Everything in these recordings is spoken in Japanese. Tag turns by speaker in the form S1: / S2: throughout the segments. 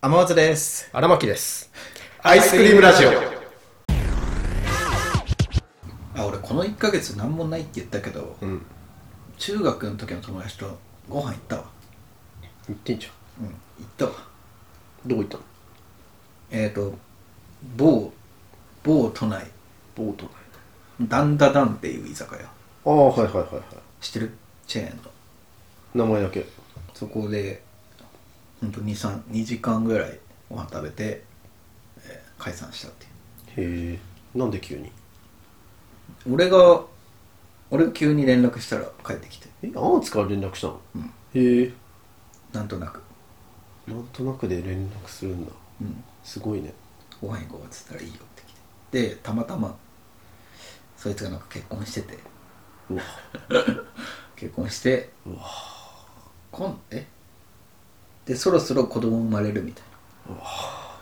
S1: 天松です。
S2: 荒牧です。
S1: アイスクリームラジオ
S3: あ俺この1ヶ月何もないって言ったけど
S2: うん。
S3: 中学の時の友達とご飯行ったわ
S2: 言ってんじゃん。
S3: うん行ったわ
S2: どこ行ったの
S3: えっ、ー、と某某都内
S2: ボート
S3: ダンダダンっていう居酒屋
S2: ああ、はいはいはいはい。
S3: 知ってるチェーンの
S2: 名前だけ。
S3: そこでほんと2時間ぐらいご飯食べて、えー解散したってい
S2: へえ。なんで急に
S3: う俺が俺が急に連絡したら帰ってきて
S2: え、アーツから連絡したの、
S3: ん
S2: へえ。
S3: なんとなく
S2: なんとなくで連絡するんだ。
S3: うん
S2: すごいね。
S3: ご飯行こうっつったらいいよって来てでたまたまそいつがなんか結婚してて
S2: うわ。
S3: 結婚して
S2: うわ
S3: こんえでそろそろ子供生まれるみたいな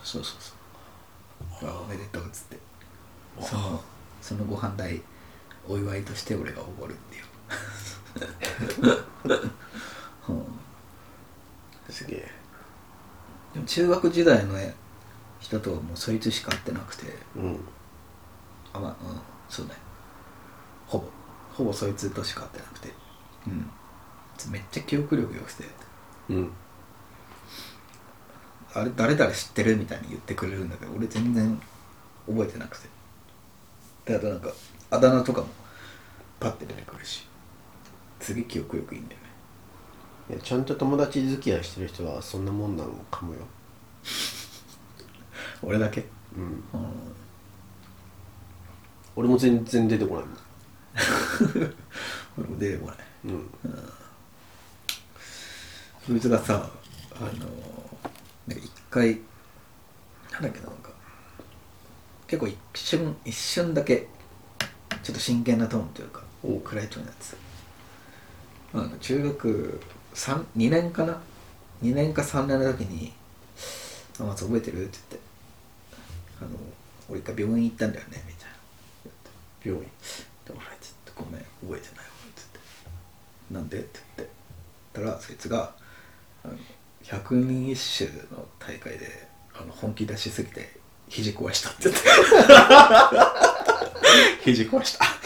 S3: そうそうそうあおめでとうっつってそのそのご飯代お祝いとして俺がおごるって いう、うん
S2: すげえ。
S3: でも中学時代のね人とはもうそいつしか会ってなくて
S2: うん。
S3: あまあうんそうねほぼほぼそいつとしか会ってなくてうんめっちゃ記憶力良くて
S2: うん。
S3: あれ誰々知ってるみたいに言ってくれるんだけど俺全然覚えてなくてであとなんかあだ名とかもパッて出てくるしすげえ記憶力いいんだよね
S2: いやちゃんと友達付き合いしてる人はそんなもんなのかもよ。
S3: 俺だけ
S2: うん。
S3: うん
S2: 俺も全然出てこないもん。
S3: 俺 も出てこない
S2: うん。
S3: そいつがさあのなんか一回なんだっけななんか結構一瞬一瞬だけちょっと真剣なトーンというか
S2: おう
S3: 暗いトーンのやつあの中学三2年かな2年か3年の時に「あ松覚えてる?」って言って「あの俺一回病院行ったんだよね」みたいな言って
S2: 病院。
S3: で俺ちょっとごめん覚えてないわつってなんでって言ってたらそいつがあの百人一首の大会であの本気出しすぎて肘壊したって言って 肘壊した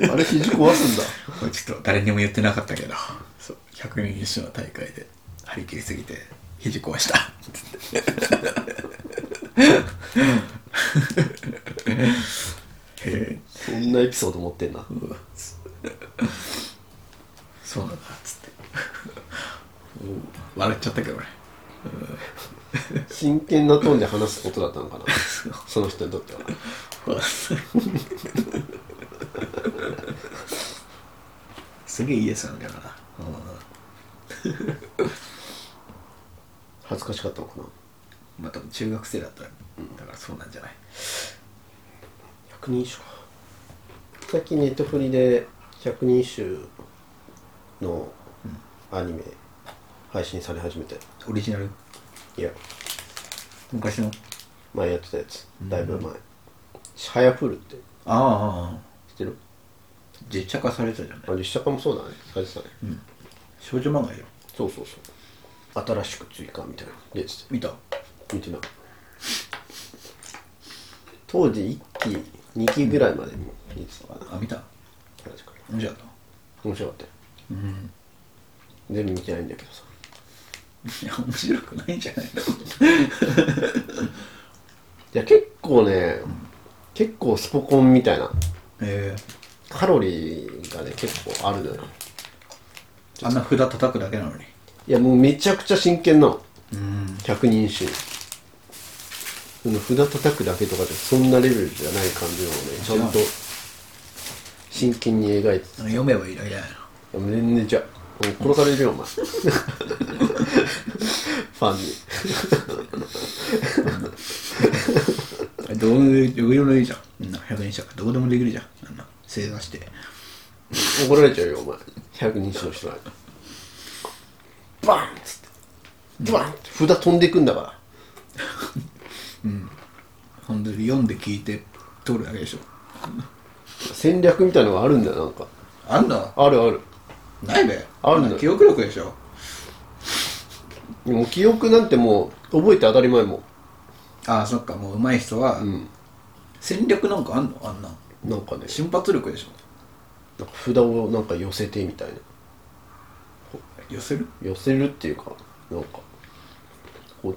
S2: あれ、肘壊すんだ。
S3: これちょっと誰にも言ってなかったけどそう百人一首の大会で張り切りすぎて肘壊したっつってへえ
S2: そんなエピソード持ってんな。
S3: うわつそうなんだっつって笑っちゃったけど俺
S2: 真剣なトーンで話すことだったのか な。その人にとっては。
S3: すげえイエスなんだよな、
S2: 恥ずかしかったのかな。
S3: まあ多分中学生だったらだからそうなんじゃない
S2: 百人一首かさっきネットフリで百人一首のアニメ配信され始めて
S3: オリジナル
S2: いや
S3: 昔の
S2: 前やってたやつだいぶ前「はやふる」って
S3: ああ
S2: 知ってる
S3: 実写化されたじゃない
S2: あ実写化もそうだねされてたね、
S3: 少女漫画よ
S2: そうそうそう新しく追加みたいなの出て
S3: 見た
S2: て見て ない当時1期2期ぐらいまで見てたかな
S3: あ見た
S2: 確か
S3: 面白かっ
S2: 面白かったよ
S3: たうん
S2: 全部見てないんだけどさ
S3: いや面白くないんじゃないの
S2: いや結構ね、結構スポコンみたいな
S3: え
S2: カロリーがね結構あるのよ
S3: えあんな札叩くだけなのに
S2: いやもうめちゃくちゃ真剣なの
S3: うん
S2: 百人一首その札叩くだけとかでそんなレベルじゃない感じなのねちゃんと真剣に描いてたい
S3: 読めばいいだけじゃないの
S2: やもう全然じゃもう殺されるよ お前ファンに
S3: あれどういう、どういうのいいじゃん。うん、100人しかどこでもできるじゃん。あんな、正座して。
S2: 怒られちゃうよお前百人一首の人はバーンっつってバーンって札飛んでいくんだから
S3: ほんとに読んで聞いて通るだけでしょ。
S2: 戦略みたいのがあるんだよなんか
S3: あんな、
S2: あるある
S3: ないべ。
S2: あるの
S3: 記憶力でしょ。
S2: もう記憶なんてもう覚えて当たり前もん
S3: ああそっかもう上手い人は、
S2: ん
S3: 戦略なんかあんのあんなん
S2: なんかね
S3: 瞬発力でしょ
S2: なんか札をなんか寄せてみたいな
S3: 寄 せる
S2: 寄せるっていうかなんかこう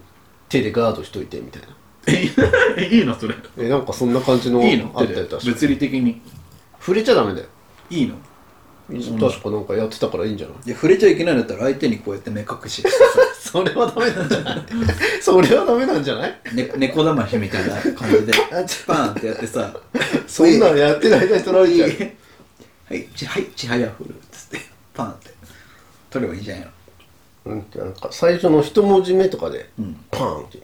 S2: 手でガードしといてみたいな
S3: えいいのそれ
S2: えなんかそんな感じの
S3: いいの
S2: あったよ確か
S3: 物理的に
S2: 触れちゃダメだよ
S3: いいの
S2: 確かなんかやってたからいいんじゃない
S3: で触れちゃいけないんだったら相手にこうやって目隠しして
S2: それはダメなんじゃない それはダメなんじゃない
S3: さね 猫だましみたいな感じ でバーンってやってさ
S2: そんなのやってない間に取られちゃう
S3: はい、ちはい、ちはやふるっつって、パンって取ればいいんじゃないの
S2: うんなんか最初の一文字目とかで、
S3: うん
S2: パーンって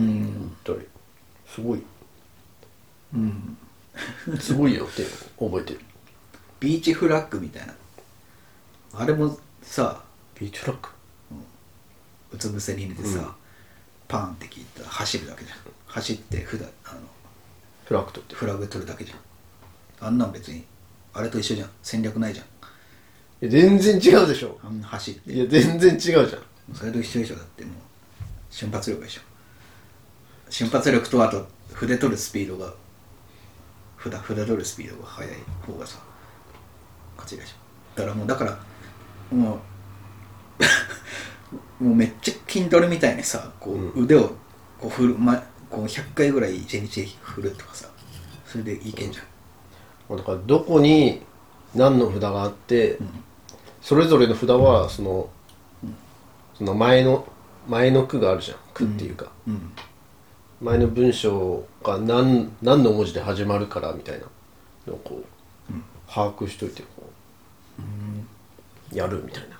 S3: うん、
S2: 取れすごい
S3: うん、
S2: すごいよって覚えてる
S3: ビーチフラッグみたいな。あれもさ、
S2: ビーチフラッグ
S3: うつ伏せに寝てさ、パンって聞いたら走るだけじゃん。走って普段あの
S2: フラッグ取って
S3: フラグ取るだけじゃん。あんなん別に、あれと一緒じゃん。戦略ないじゃん。
S2: いや全然違うでしょ
S3: あんな走って。
S2: いや全然違うじゃん
S3: それと一緒でしょ。だってもう、瞬発力でしょ。瞬発力とあと筆取るスピードが、筆筆取るスピードが速い方がさ、勝ちでしょ。だからもう、だから、もう、 もうめっちゃ筋トレみたいにさ、こう腕をこう振る、ま、こう100回ぐらい一日振るとかさ、それでいけんじゃん。
S2: だからどこに何の札があって、それぞれの札はその,、その前の前の句があるじゃん句っていうか、
S3: うん。
S2: 前の文章が何何の文字で始まるからみたいなのをこう、把握しといてこう、やるみたいな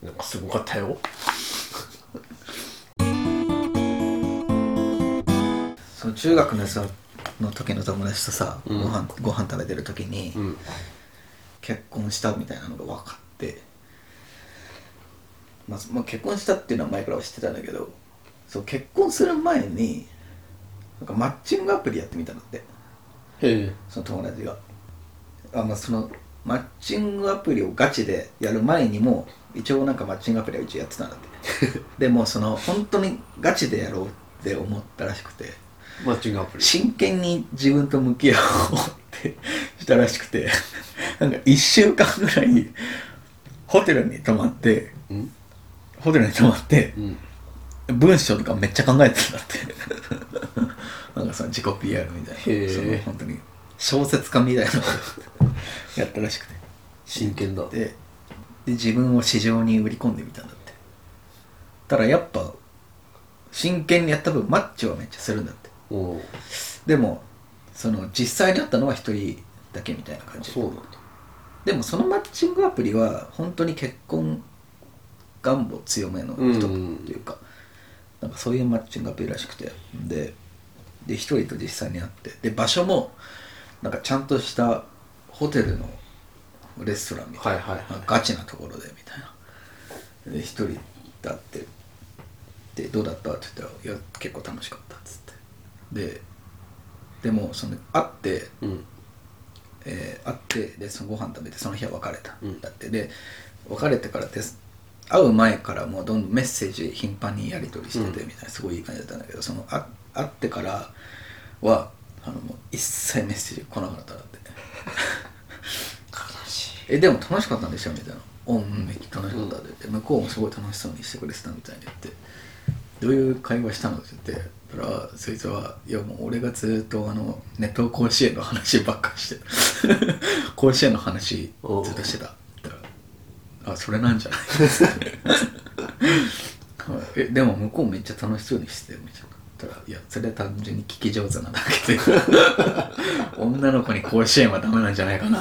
S2: なんかすごかったよ
S3: その中学のさの時の友達とさ、ご飯ご飯食べてる時に、
S2: ん
S3: 結婚したみたいなのが分かって、まあそまあ、結婚したっていうのは前からは知ってたんだけどそう結婚する前になんかマッチングアプリやってみたのって
S2: へ
S3: その友達があ、まあ、そのマッチングアプリをガチでやる前にも一応なんかマッチングアプリは一応やってたんだってでもその本当にガチでやろうって思ったらしくて
S2: えマッチングアプリ
S3: 真剣に自分と向き合おうってしたらしくてなんか1週間ぐらいホテルに泊まって
S2: うん
S3: ホテルに泊まって
S2: うん
S3: 文章とかめっちゃ考えてたんだってなんかその自己 PR みたい
S2: へ
S3: な
S2: え
S3: その本当に小説家みたいなのをやったらしくて
S2: 真剣だ
S3: でで自分を市場に売り込んでみたんだってただやっぱ真剣にやった分マッチはめっちゃするんだって
S2: おう
S3: でもその実際に会ったのは一人だけみたいな感じ
S2: そうなんだ
S3: でもそのマッチングアプリは本当に結婚願望強めの人っていうか、なんかそういうマッチングアプリらしくてでで一人と実際に会ってで場所もなんかちゃんとしたホテルのレストランみたいな、
S2: はいはいはい
S3: ガチなところでみたいなで一人だってでどうだったって言ったら「いや結構楽しかった」っつってででもその会って
S2: うん
S3: えー会ってでそのご飯食べてその日は別れた、
S2: うん
S3: だってで別れてからです会う前からもうどんどんメッセージ頻繁にやり取りしててみたいな、すごいいい感じだったんだけどそのあ会ってからはあのもう一切メッセージ来なかったんだって悲しいえでも楽しかったんでしょみたいな「おうんめっちゃ楽しかった」って言って、向こうもすごい楽しそうにしてくれてたみたいに言ってどういう会話したのって言ってたらそいつはいやもう俺がずっとあのネット甲子園の話ばっかりして 甲子園の話ずっとしてたって言ったらあそれなんじゃないえでも向こうめっちゃ楽しそうにしてるみたいな言ったらいやそれは単純に聞き上手なだけで女の子に甲子園はダメなんじゃないかな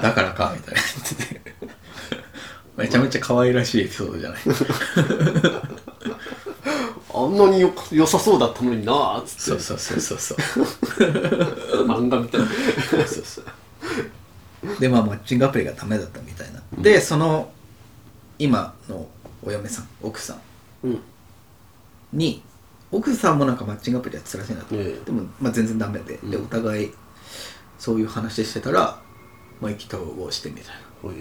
S3: だからかみたいな言っててめちゃめちゃ可愛らしいエピソードじゃない
S2: あんなによか良さそうだったのになーっつ
S3: そうそうそうそうそう
S2: って漫画みたいな
S3: そうそう でまあマッチングアプリがダメだったみたいな、でその今のお嫁さん奥さん
S2: うん
S3: に奥さんもなんかマッチングアプリやってたらしいなと、
S2: ええ
S3: でも、まあ、全然ダメで、で
S2: う
S3: お
S2: ん
S3: 互いそういう話してたらまあ意気投合してみたいな
S2: おい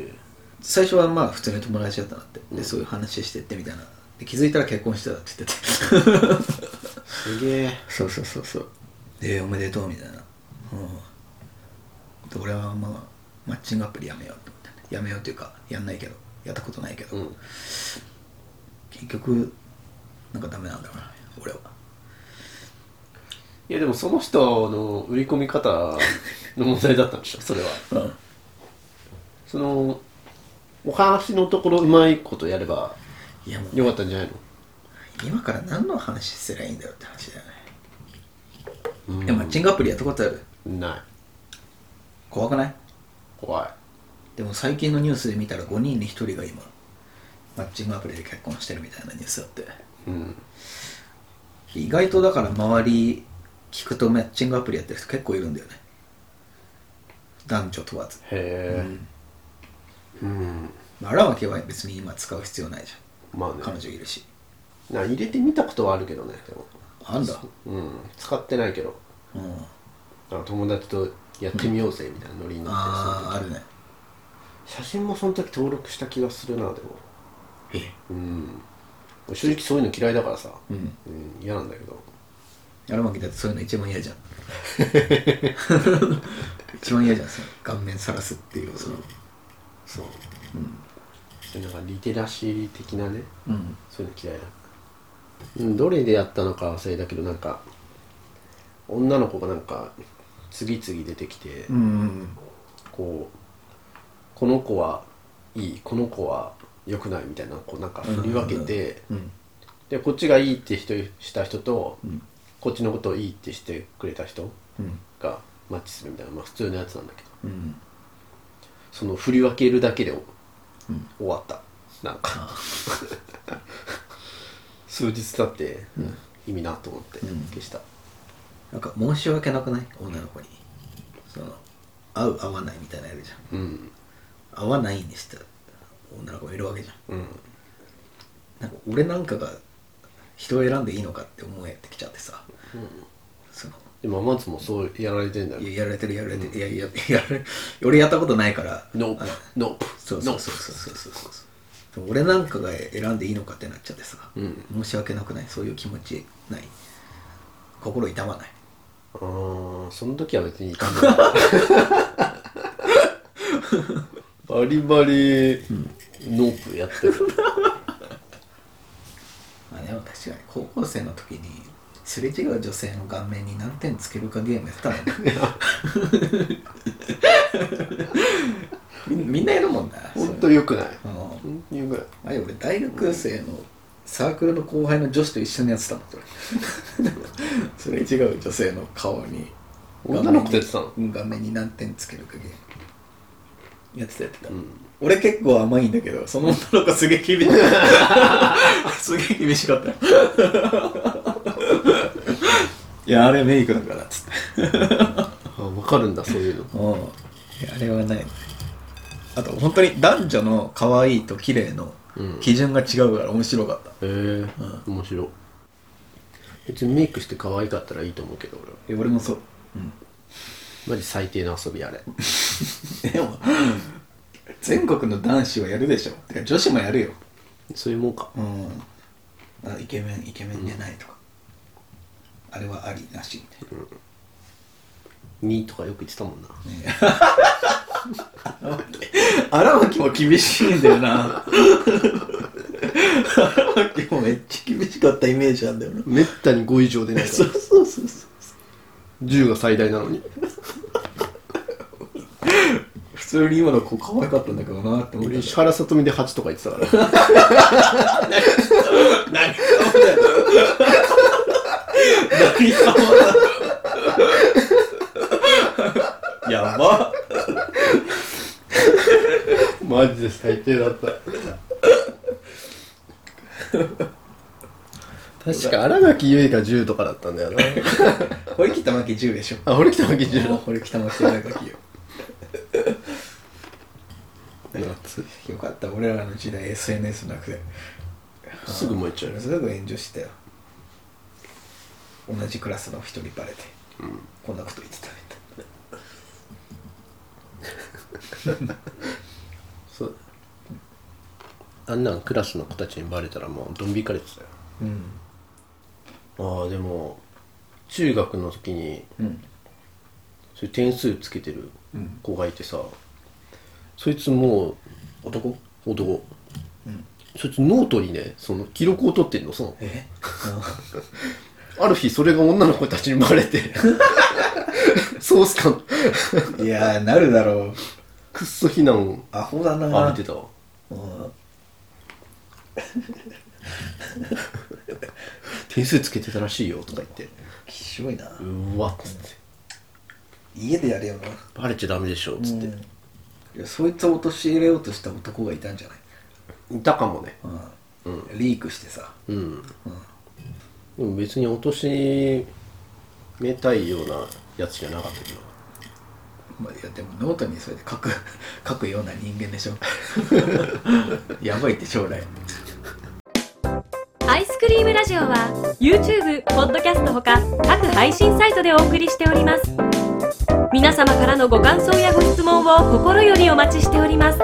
S3: 最初はまあ普通に友達だったなってでそういう話してってみたいなで気づいたら結婚してたって言ってて
S2: すげえ
S3: そうそうそうそうでおめでとうみたいな、うん、で俺はまあマッチングアプリやめようと思ってやめようというかやんないけどやったことないけど、
S2: うん
S3: 結局なんかダメなんだろうな俺はい
S2: やでもその人の売り込み方の問題だったんでしょそれは
S3: うん
S2: そのお話のところうまいことやれば
S3: いやもう
S2: よかったんじゃないの
S3: 今から何の話すりゃいいんだろうって話だよね、でもマッチングアプリやったことある
S2: ない
S3: 怖くない
S2: 怖い
S3: でも最近のニュースで見たら5人に1人が今マッチングアプリで結婚してるみたいなニュースだって
S2: うん
S3: 意外とだから周り聞くとマッチングアプリやってる人結構いるんだよね男女問わず
S2: へえうん、
S3: まあ荒牧は別に今使う必要ないじ
S2: まあ
S3: ゃん
S2: ね
S3: 彼女いるし
S2: な入れてみたことはあるけどねでも
S3: あんだ
S2: うん使ってないけど
S3: うん
S2: なんか友達とやってみようぜみたいなノリにな
S3: ああ
S2: って
S3: あ
S2: る、
S3: るね
S2: 写真もその時登録した気がするなでも
S3: え
S2: うん正直そういうの嫌いだからさ、
S3: う
S2: うん
S3: ん
S2: 嫌なんだけど
S3: 荒牧だってそういうの一番嫌じ ゃん一番嫌じゃんその顔面さらすっていうその
S2: そう、うん、なんかリテラシー的なね
S3: うん
S2: そういうの嫌いだうんどれでやったのか忘れたけどなんか女の子がなんか次々出てきて、
S3: うんうん
S2: こうこの子はいいこの子は良くないみたいなこうなんか振り分けて、
S3: うんうん
S2: でこっちがいいって人した人と、こっちのことをいいってしてくれた人
S3: うん
S2: がマッチするみたいな、まあ、普通のやつなんだけど
S3: うん
S2: その振り分けるだけで、終わったなんか 数日経って、意味なと思って
S3: うん
S2: 消した、
S3: なんか申し訳なくない女の子にその合う合わないみたいなのやるじゃん
S2: うん
S3: 合わないにした女の子もいるわけじゃん
S2: うん、
S3: なんか俺なんかが人を選んでいいのかって思えてきちゃってさ、その
S2: でもマツもそうやられてんだよ
S3: いややられてるやられてる、いやいややられ俺やったことないから
S2: ノープ
S3: あ
S2: ノープ
S3: そうそうそうそうそうそうそう俺なんかが選んでいいのかってなっちゃってさ、
S2: うん
S3: 申し訳なくないそういう気持ちない心痛まない
S2: ああその時は別にいたん だバリバリノープやってる、
S3: まあでも確かに高校生の時にすれ違う女性の顔面に何点つけるかゲームやったのみ んみんなやるもんな
S2: ほんとよくない
S3: それうん
S2: 本当よくない
S3: あれ俺大学生のサークルの後輩の女子と一緒にやってたのそれそ れ違う女性の顔に
S2: 女の子とやってたの
S3: うん画面に何点つけるかゲームやってたやってた、
S2: ん
S3: 俺結構甘いんだけどその女の子すげえ厳しかった すげえ厳しか ったいやあれメイクだからっつって
S2: あ分かるんだそういうの
S3: うんいやあれはないあと本当に男女の可愛いと綺麗の基準が違うから面白かった、
S2: へえ面白い別にメイクして可愛かったらいいと思うけど俺は
S3: え俺もそう、うん、
S2: マジ最低な遊びあれ
S3: でも全国の男子はやるでしょてか女子もやるよ
S2: そういうもんか
S3: うんあイケメンイケメンじゃないとか、あれはありなしみたいな
S2: 2とかよく言ってたもんな
S3: 荒牧も厳しいんだよな荒牧もめっちゃ厳しかったイメージなんだよな
S2: めったに5以上出ないか
S3: そ
S2: ら
S3: うそうそうそう
S2: 10が最大なのに
S3: 普通に今の子可愛かったんだけどなって思って
S2: 俺石原さとみで8とか言ってたから
S3: 何様だよ何様だよ やば
S2: マジで最低だった確か荒垣結衣が10とかだったんだよな
S3: 堀北真希10でしょ
S2: あ俺北脇10
S3: もう
S2: だ
S3: 堀北真希荒垣よよかった俺らの時代 SNS なくて
S2: すぐ燃えちゃうよ
S3: すごい炎上してたよ同じクラスの一人バレて、こんなこと言ってたみたい
S2: そうあんなんクラスの子たちにバレたらもうドン引かれてたよ
S3: うん
S2: ああでも中学の時に
S3: うん
S2: そういう点数つけてる
S3: うん
S2: 子がいてさ、そいつも
S3: 男
S2: う男
S3: うん
S2: そいつノートにねその記録を取ってんのその
S3: え
S2: ある日それが女の子たちにバレて そうっすか
S3: いやーなるだろう
S2: くっそ非難
S3: アホだな
S2: 浴びてたわ
S3: うん
S2: 点数つけてたらしいよとか言って
S3: きしょいな
S2: うわっつって
S3: 家でやれよな
S2: バレちゃダメでしょっつって、
S3: うんいやそいつを陥れようとした男がいたんじゃない、
S2: いたかもね
S3: うんリークしてさ、
S2: うん
S3: うん、
S2: でも別に落としめたいようなやつじゃなかったけど
S3: まあ、いやでもノートにそれで書く 書くような人間でしょ やばいって将来
S4: アイスクリームラジオは YouTube、ポッドキャストほか各配信サイトでお送りしております皆様からのご感想やご質問を心よりお待ちしております